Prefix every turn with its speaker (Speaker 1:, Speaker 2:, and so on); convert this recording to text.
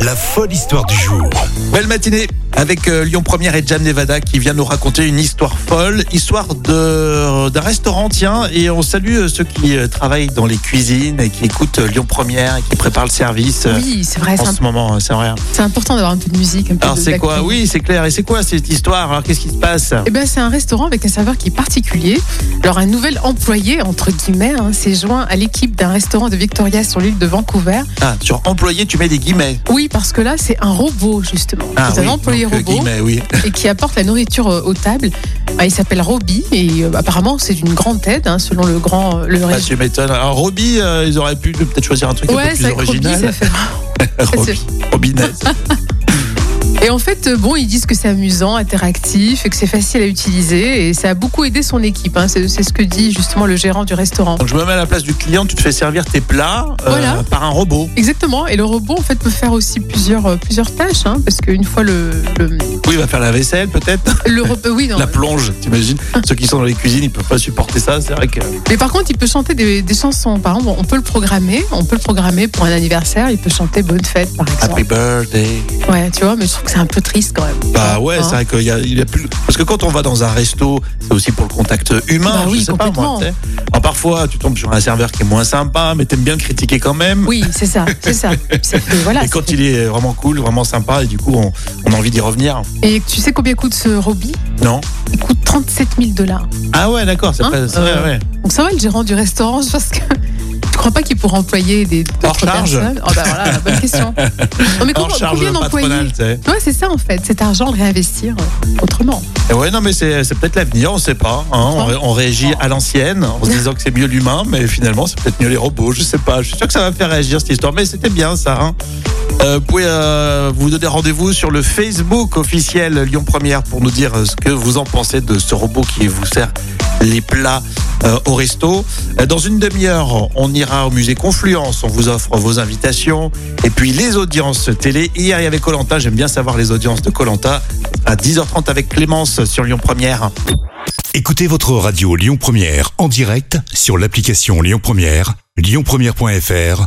Speaker 1: La folle histoire du jour.
Speaker 2: Belle matinée avec euh, Lyon Première et Jam Nevada qui vient nous raconter une histoire folle, histoire de d'un restaurant tiens et on salue euh, ceux qui euh, travaillent dans les cuisines et qui écoutent euh, Lyon Première et qui préparent le service euh,
Speaker 3: Oui, c'est vrai, c'est
Speaker 2: en
Speaker 3: imp-
Speaker 2: ce moment, hein, c'est vrai.
Speaker 3: c'est important d'avoir un peu de musique. Un peu
Speaker 2: Alors
Speaker 3: de
Speaker 2: c'est quoi
Speaker 3: background.
Speaker 2: Oui, c'est clair. Et c'est quoi cette histoire Alors qu'est-ce qui se passe
Speaker 3: Eh ben, c'est un restaurant avec un serveur qui est particulier. Alors, un nouvel employé, entre guillemets, hein, s'est joint à l'équipe d'un restaurant de Victoria sur l'île de Vancouver.
Speaker 2: Ah, sur employé, tu mets des guillemets.
Speaker 3: Oui, parce que là, c'est un robot, justement.
Speaker 2: Ah
Speaker 3: c'est
Speaker 2: oui,
Speaker 3: un employé
Speaker 2: donc, euh,
Speaker 3: robot
Speaker 2: Guillemets, oui.
Speaker 3: et qui apporte la nourriture euh, aux tables. Ah, il s'appelle Roby et euh, apparemment, c'est d'une grande aide, hein, selon le grand. euh, le
Speaker 2: Bah, tu m'étonnes. Alors Roby, euh, ils auraient pu peut-être choisir un truc un
Speaker 3: Ouais,
Speaker 2: peu
Speaker 3: c'est
Speaker 2: plus
Speaker 3: vrai que Roby,
Speaker 2: original.
Speaker 3: ça fait
Speaker 2: Roby, Robinet.
Speaker 3: Et en fait, euh, bon, ils disent que c'est amusant, interactif, et que c'est facile à utiliser, et ça a beaucoup aidé son équipe. hein. C'est c'est ce que dit justement le gérant du restaurant.
Speaker 2: Donc je me mets à la place du client, tu te fais servir tes plats euh,
Speaker 3: Voilà.
Speaker 2: par un robot.
Speaker 3: Exactement. Et le robot, en fait, peut faire aussi plusieurs, euh, plusieurs tâches, hein, parce qu'une fois le, le,
Speaker 2: Oui, il va faire la vaisselle peut-être,
Speaker 3: le robot, oui, non.
Speaker 2: la plonge, t'imagines Ceux qui sont dans les cuisines, ils peuvent pas supporter ça, c'est vrai que
Speaker 3: Mais par contre, il peut chanter des, des chansons. Par exemple, on peut le programmer. On peut le programmer pour un anniversaire. Il peut chanter Bonne fête, par exemple.
Speaker 2: Happy birthday.
Speaker 3: Ouais, tu vois. Mais je trouve que c'est un peu triste quand même.
Speaker 2: Bah ouais,
Speaker 3: Hein
Speaker 2: c'est vrai qu'il y a, il y a plus parce que quand on va dans un resto, c'est aussi pour le contact humain,
Speaker 3: Bah
Speaker 2: je
Speaker 3: oui,
Speaker 2: sais pas moi,
Speaker 3: complètement.
Speaker 2: tu sais. Alors parfois, tu tombes sur un serveur qui est moins sympa, mais t'aimes bien le critiquer quand même.
Speaker 3: Oui, c'est ça, c'est ça. C'est que, voilà,
Speaker 2: Et quand
Speaker 3: c'est-
Speaker 2: il est vraiment cool, vraiment sympa, et du coup, on, on a envie d'y revenir.
Speaker 3: Et tu sais combien coûte ce Roby
Speaker 2: Non
Speaker 3: Il coûte 37 000 dollars.
Speaker 2: Ah ouais, d'accord, c'est
Speaker 3: Hein
Speaker 2: pas- c'est
Speaker 3: Euh,
Speaker 2: vrai, ouais.
Speaker 3: Donc ça va le gérant du restaurant, je pense que. Tu crois pas qu'il pourra employer des d'autres
Speaker 2: Hors charge
Speaker 3: personnes Oh bah voilà, la bonne question. Non mais
Speaker 2: Hors
Speaker 3: comment-
Speaker 2: charge
Speaker 3: combien d'employés
Speaker 2: patronale, tu sais.
Speaker 3: Ouais, c'est ça en fait, cet argent le réinvestir euh, autrement.
Speaker 2: Et Eh Ouais, non, mais c'est c'est peut-être l'avenir, on sait pas. hein. On, ré- on réagit à l'ancienne en se disant que c'est mieux l'humain, mais finalement, c'est peut-être mieux les robots, je sais pas. Je suis sûr que ça va faire réagir cette histoire, mais c'était bien ça. hein. Euh, vous pouvez euh, vous donner rendez-vous sur le Facebook officiel Lyon Première pour nous dire euh, ce que vous en pensez de ce robot qui vous sert les plats euh, au resto. Euh, Dans une demi-heure, on ira au musée Confluence, on vous offre vos invitations et puis les audiences télé. Hier, il y avait Colanta, j'aime bien savoir les audiences de Colanta à 10h30 avec Clémence sur Lyon Première.
Speaker 1: Écoutez votre radio Lyon Première en direct sur l'application Lyon Première, lyonpremière.fr